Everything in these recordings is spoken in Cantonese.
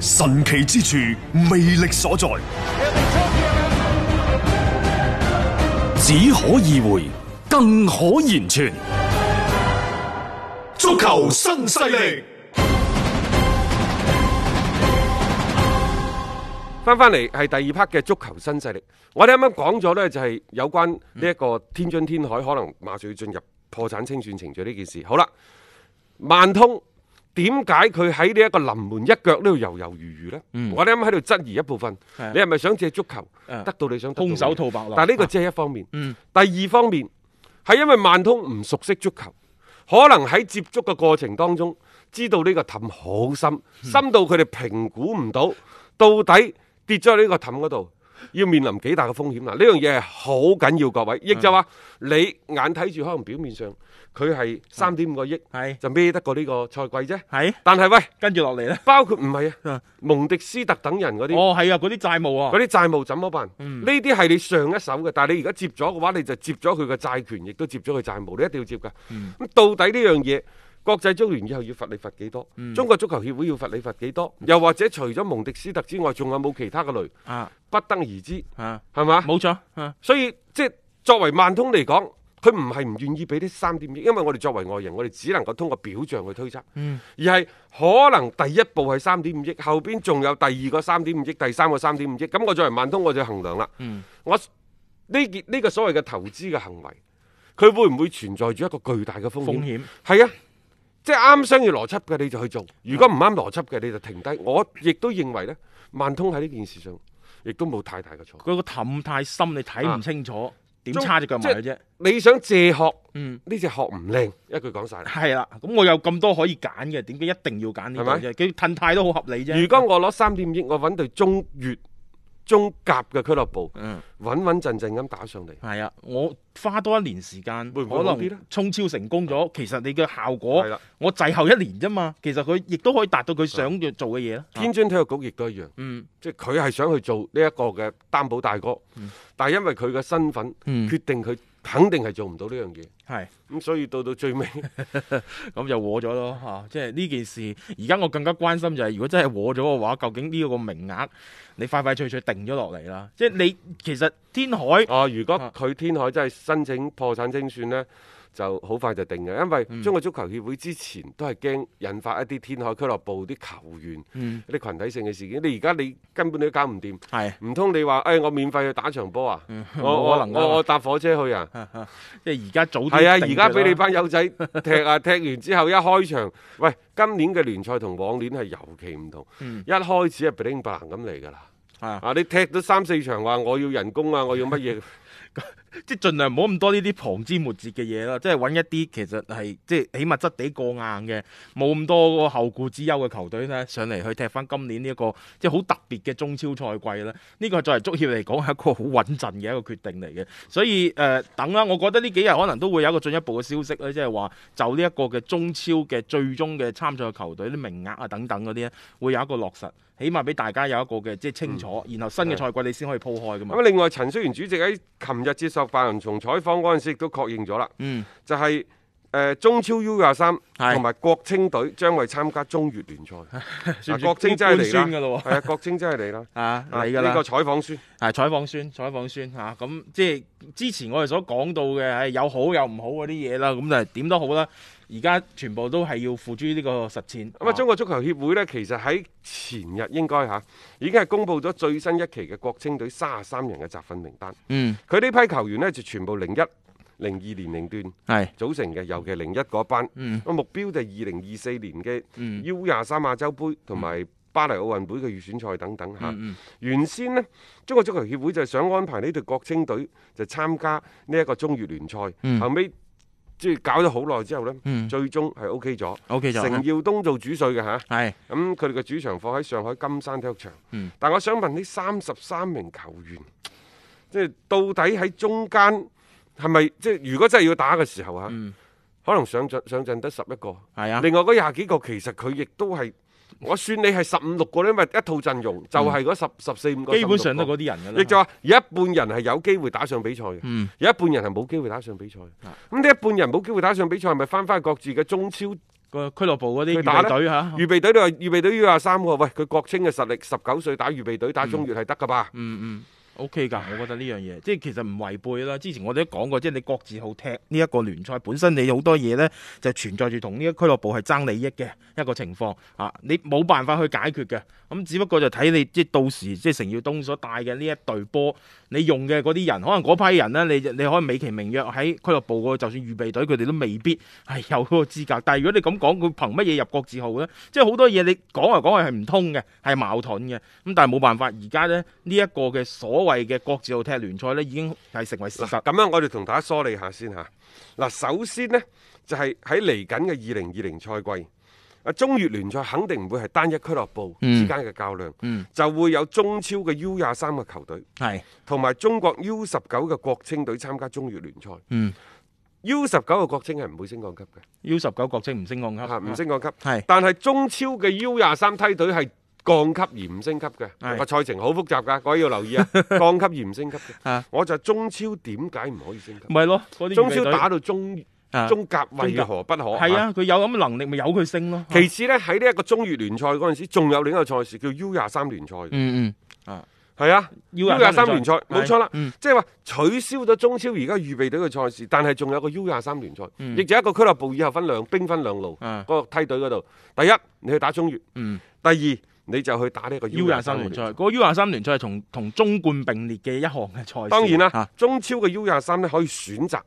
神奇之處，魅力所在，只可意會，更可言傳。足球新勢力。翻翻嚟係第二 part 嘅足球新勢力，我哋啱啱講咗呢，就係有關呢一個天津天海可能馬上要進入破產清算程序呢件事。好啦，萬通點解佢喺呢一個臨門一腳呢度猶猶豫豫呢？我哋啱啱喺度質疑一部分，嗯係你係咪想借足球嗯得到你想得到嘅空手套白啊嗯狼但係呢個只係一方面，第二方面係因為萬通唔熟悉足球。可能喺接觸嘅過程當中，知道呢個氹好深，嗯深到佢哋評估唔到到底跌咗喺呢個氹嗰度，要面臨幾大嘅風險啦。呢樣嘢係好緊要，各位，亦就話嗯你眼睇住可能表面上佢係三點五個億，係就孭得過呢個賽季啫。係但係喂，哎跟住落嚟咧，包括唔係啊嗯，蒙迪斯特等人嗰啲。哦係啊，嗰啲債務啊嗰，啲債務怎麼辦？嗯呢啲係你上一手嘅，但係你而家接咗嘅話，你就接咗佢嘅債權，亦都接咗佢債務，你一定要接㗎。咁、嗯到底呢樣嘢，國際足聯以後要罰你罰幾多？嗯中國足球協會要罰你罰幾多？又或者除咗蒙迪斯特之外，仲有冇其他嘅雷？啊不得而知，啊，係嘛？冇錯啊，所以即係作為萬通嚟講，佢唔係唔願意俾呢三點億，因為我哋作為外人，我哋只能夠通過表象去推測，而係可能第一步係三點五億，後邊仲有第二個三點五億，第三個三點五億。咁我作為萬通，我就衡量啦。我呢件呢個所謂嘅投資嘅行為，佢會唔會存在住一個巨大嘅風險？風險係啊。即係啱商業邏輯嘅你就去做，如果唔啱邏輯嘅你就停低。我亦都認為呢，萬通喺呢件事上亦都冇太大嘅錯。佢個氹太深，你睇唔清楚，點啊中叉只腳埋嘅即係啫。你想借殼，嗯呢只殼唔靚，一句講晒 啦。係啦，咁我有咁多可以揀嘅，點解一定要揀呢係個咪啫？佢褪太都好合理啫。如果我攞三點億，我揾對中越、中甲嘅俱樂部，嗯穩穩陣陣咁打上嚟，係啊，我花多一年時間，會唔會可好啲呢啊能衝超成功咗，其實你嘅效果係啦，我滯後一年啫嘛，其實佢亦都可以達到佢想要做嘅嘢啦。天津體育局亦都一樣，嗯即係佢係想去做呢一個嘅擔保大哥，但係因為佢嘅身份，嗯決定佢肯定係做唔到呢樣嘢。係。咁所以到到最尾，咁就和咗咯嚇，即係呢件事。而家我更加關心就係，如果真係和咗嘅話，究竟呢個名額你快快脆脆定咗落嚟啦。即係你其實天海 哦，如啊果佢天海真係申請破產清算呢，就好快就定嘅，因嗯為中國足球協會之前都係驚引發一啲天海俱樂部啲球員嗯一啲群體性嘅事件。你而家你根本你都搞唔掂，係唔通你話誒、哎我免費去打場波啊？我嗯冇可我能㗎嘛我我搭火車去啊？ 即係而家早啲係啊，定而家俾你咗啦班友仔踢啊， 踢完之後一開場，喂，今年嘅聯賽同往年係尤其唔同，一開始係 bling bling 咁嚟㗎啦。係嗯啊啊！你踢咗三四場話我要人工啊，我要乜嘢？即係盡量唔好咁多呢啲旁枝末節嘅嘢啦，即係揾一啲其實係即係起碼質地過硬嘅，冇咁多個後顧之憂嘅球隊咧上嚟去踢翻今年呢、一個即係好特別嘅中超賽季啦。呢、個作為足協嚟講係一個好穩陣嘅一個決定嚟嘅，所以誒、呃等啦，我覺得呢幾日可能都會有一個進一步嘅消息咧，即係話就呢一個嘅中超嘅最終嘅參賽球隊啲名額啊等等嗰啲咧，會有一個落實，起碼俾大家有一個嘅即係清楚，然後新嘅賽季你先可以鋪開噶嘛咁。啊另外，陳戌源主席喺琴日接受白人松採訪嗰陣時，亦都確認咗啦，嗯，就係、誒中超 U 廿三係同埋國青隊將會參加中乙聯賽， 算唔算嗱國青啊真係嚟官宣㗎啦咯，喎係啊，國青真係嚟啦，啊啊 嚟㗎呢個啦，採訪書係採訪宣採訪宣嚇，咁、即係之前我哋所講到嘅係有好有唔好嗰啲嘢啦，咁但係點都好啦，而家全部都係要付諸呢個實踐。咁啊，中國足球協會呢，其實喺前日應該嚇已經係公布咗最新一期嘅國青隊三十三人嘅集訓名單。嗯佢呢批球員呢，就全部零一、零二年齡段係組成嘅，尤其係零一嗰班。嗯咁目標就係二零二四年嘅嗯 U 廿三亞洲杯同埋巴黎奧運會嘅預選賽等等嚇。嗯原先呢，中國足球協會就係想安排呢隊國青隊就參加呢一個中乙聯賽，嗯後尾即係搞咗好耐之後呢，嗯最終係 O K 咗。 ，OK 成咗，嗯耀東做主帥嘅嚇。係咁佢哋嘅主場放喺上海金山體育場。嗯但我想問呢三十三名球員，即係到底喺中間係咪即係如果真係要打嘅時候啊，嗯可能上陣上陣得十一個，係啊，另外嗰廿幾個其實佢亦都係。我算你係十五六個咧，因為一套陣容就係嗰十十四五個，嗯基本上都16個嗰啲人㗎啦。亦就話有一半人係有機會打上比賽嘅，嗯有一半人係冇機會打上比賽嘅。啊咁呢一半人冇機會打上比賽，係咪翻翻各自嘅中超個俱樂部嗰啲佢預備打呢隊嚇，預備隊你話預備隊 U 廿三喎，喂，佢國青嘅實力，十九歲打預備隊打中乙係得噶吧？嗯嗯，OK 㗎，我覺得呢樣嘢，即係其實唔違背啦。之前我哋都講過，即係你各自好踢呢一個聯賽，本身你好多嘢呢，就存在住同呢個俱樂部係爭利益嘅一個情況啊，你冇辦法去解決嘅。咁啊只不過就睇你即係到時即係成耀東所帶嘅呢一隊波，你用嘅嗰啲人，可能嗰批人呢，你就你可以美其名曰喺俱樂部個就算預備隊，佢哋都未必係有嗰個資格。但係如果你咁講，佢憑乜嘢入國字號呢？即係好多嘢你講嚟講去係唔通嘅，係矛盾嘅。咁但係冇辦法，而家呢，呢、一個嘅所謂嘅國字號踢聯賽呢，已經係成為事嗱，實。咁樣我哋同大家梳理下先嚇。嗱，首先呢，就係喺嚟緊嘅二零二零賽季，啊中乙聯賽肯定唔會係單一俱樂部之間嘅較量，嗯就會有中超嘅 U 廿三嘅球隊，係，同埋中國 U 十九嘅國青隊參加中乙聯賽。嗯 U 十九嘅國青係唔會升降級嘅， ，U 十九國青唔升降級，嚇唔升降級。係但係中超嘅 U 廿三梯隊係降級而唔升級嘅，係個賽程好複雜㗎，各位要留意 啊！降級而唔升級嘅啊，我就係中超點解唔可以升級？咪咯？嗰啲中超預備隊打到中啊中甲中為甲何不可？係啊，佢有咁嘅能力，咪由佢升咯。啊其次呢，喺呢一個中乙聯賽嗰陣時，仲有另一個賽事叫 U 廿三聯賽，嗯係啊嗯，U 廿三聯賽冇錯啦嗯，即係話取消咗中超而家預備隊嘅賽事，但係仲有個 U 廿三聯賽，嗯亦就一個俱樂部以後分兩兵分兩路，啊嗰個梯隊嗰度，第一你去打中乙，嗯第二你就去打呢一個 U 廿三聯賽，嗰個 U 廿三聯賽係同同中冠並列嘅一項嘅賽事。當然啦，啊中超嘅 U 廿三咧可以選擇，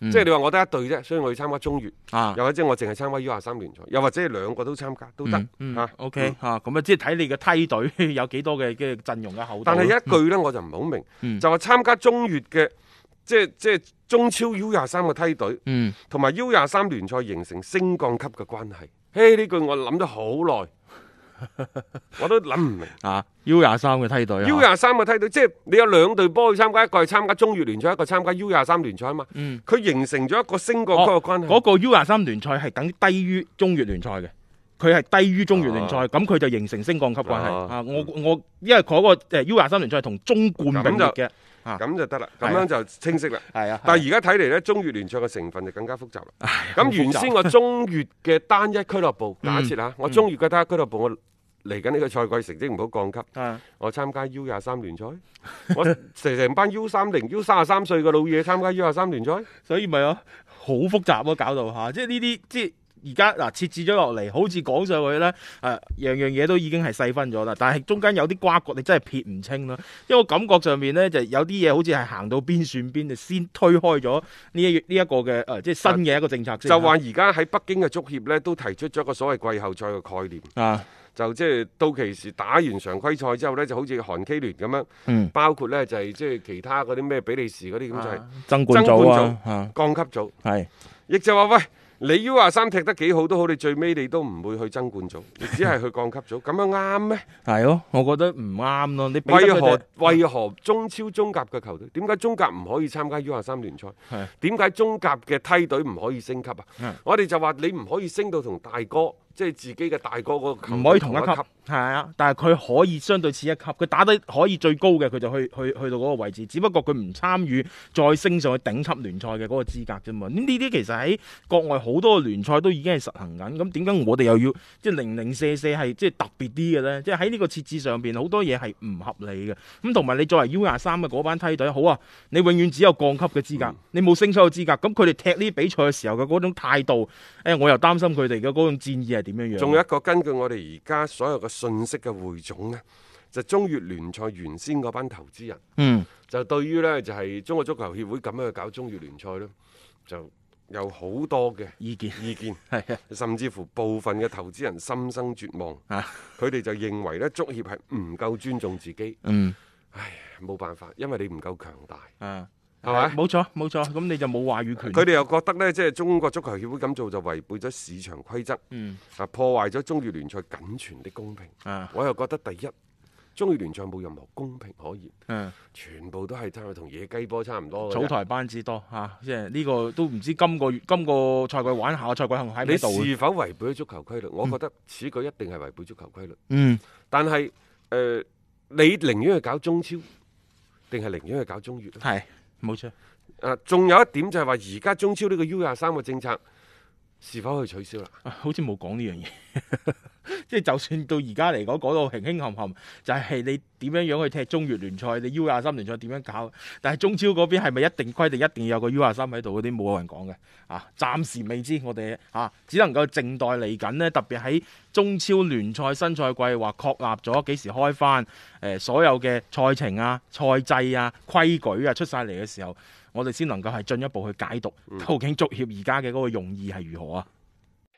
嗯即係你話我得一隊啫，所以我要參加中乙，啊又或者我淨係參加 U 廿三聯賽，又或者係兩個都參加都得嗯嚇。 OK 嗯嚇，咁啊，即係睇你嘅梯隊 有幾多嘅嘅陣容嘅厚度。但係一句咧我就唔好明，嗯就話參加中乙嘅，即係即係中超 U 廿三嘅梯隊，嗯，同埋 U 廿三聯賽形成升降級嘅關係。嘿，呢句我諗咗好 耐，我都諗唔明。啊 U 廿三嘅梯隊啊 U 廿三嘅梯隊，即係你有兩隊波去參加，一個係參加中乙聯賽，一個參加 U 廿三聯賽啊嘛。嗯佢形成咗一個升降級嘅哦關係。嗰個 U 廿三聯賽係等低於中乙聯賽嘅。佢係低於中乙聯賽，哦咁佢就形成升降級關係哦啊！我我因為嗰個誒 U 廿三聯賽係同中冠並列嘅，咁就得啦，咁係啊樣就清晰啦。係啊但係而家睇嚟呢，中乙聯賽嘅成分就更加複雜啦。好咁複雜原先我中乙嘅單一俱樂部，嗯假設嚇，我中乙嘅單一俱樂部，我嚟緊呢個賽季成績唔好降級，啊我參加 U 廿三聯賽，我成成班 U 三零、U 三十三歲嘅老嘢參加 U 廿三聯賽，所以咪咯，好複雜咯、搞到吓，即係呢啲即係而家嗱設置咗落嚟，好似講上去咧，誒、啊樣樣嘢都已經係細分咗啦，但係中間有啲瓜葛你真係撇唔清啦，因為我感覺上面咧就有啲嘢好似係行到邊算邊，就先推開咗呢一呢一個嘅誒、呃即係新嘅一個政策先就話而家喺北京嘅足協呢，都提出咗一個所謂季後賽嘅概念，啊，就即係到期時打完常規賽之後呢，就好似韓 K 聯咁樣，嗯，包括呢就係即係其他嗰啲咩比利時嗰啲咁就係爭爭冠組啊，組、降級組。嚇係亦就話喂，你 U 廿三踢得幾好都好，你最尾你都唔會去爭冠組，你只係去降級組，咁樣啱咩？係咯，我覺得唔啱咯，你俾得佢哋啊為何為何中超中甲嘅球隊點解中甲唔可以參加 U 廿三聯賽係？點解中甲嘅梯隊唔可以升級啊？我哋就話你唔可以升到同大哥即係自己嘅大哥嗰個球唔隊可以同一級級。，係啊，但係佢可以相對似一級，佢打得可以最高嘅，佢就去去去到嗰個位置。只不過佢唔參與再升上去頂級聯賽嘅嗰個資格啫嘛。咁呢啲其實喺國外好多嘅聯賽都已經係實行緊，咁點解我哋又要即係零零舍舍係即係特別啲嘅咧？即係喺呢個設置上邊好多嘢係唔合理嘅。咁同埋你作為 U 廿三嘅嗰班梯隊，好啊，你永遠只有降級嘅資格，你冇升收嘅資格。咁佢哋踢呢啲比賽嘅時候嘅嗰種態度，誒、我又擔心佢哋嘅嗰種戰意係點樣樣。仲有一個根據我哋而家所有嘅信息嘅匯總呢，就中越聯賽原先嗰班投資人嗯。就對於呢，就係、中國足球協會咁樣去搞中越聯賽呢，就有好多嘅意見意見， 係啊，甚至乎部分嘅投資人心生絕望，啊佢哋就認為呢，足協係唔夠尊重自己，嗯，冇辦法，因為你唔夠強大。啊，係咪冇錯冇錯，咁你就冇話語權。佢哋又覺得呢，即係中國足球協會咁做就違背咗市場規則，嗯啊破壞咗中越聯賽僅存的公平。啊，我又覺得第一，中越聯賽冇任何公平可言，嗯，全部都係差唔多同野雞波差唔多嘅啫草台班子多吓，即係呢個都唔知今個月今個賽季玩，下個賽季喺唔你喺度？是否違背咗足球規律？我覺得此舉一定係違背足球規律。嗯，但係誒、呃你寧願去搞中超，定係寧願去搞中越咧？係冇錯，啊，仲有一點就係話，而家中超呢個 U 廿三嘅政策是否去取消啦？啊 好似冇講呢樣嘢。即係就算到而家嚟講，嗰度輕輕含含，就係你點樣樣去踢中越聯賽，你 U 廿三聯賽點樣搞？但係中超嗰邊係咪一定規定一定要有個 U 廿三喺度？嗰啲冇人講嘅啊，暫時未知，我哋啊只能夠靜待嚟緊呢。特別喺中超聯賽新賽季話確立咗幾時開翻，誒、所有嘅賽程啊、賽制啊、規矩啊出晒嚟嘅時候，我哋先能夠係進一步去解讀究竟足協而家嘅嗰個用意係如何啊？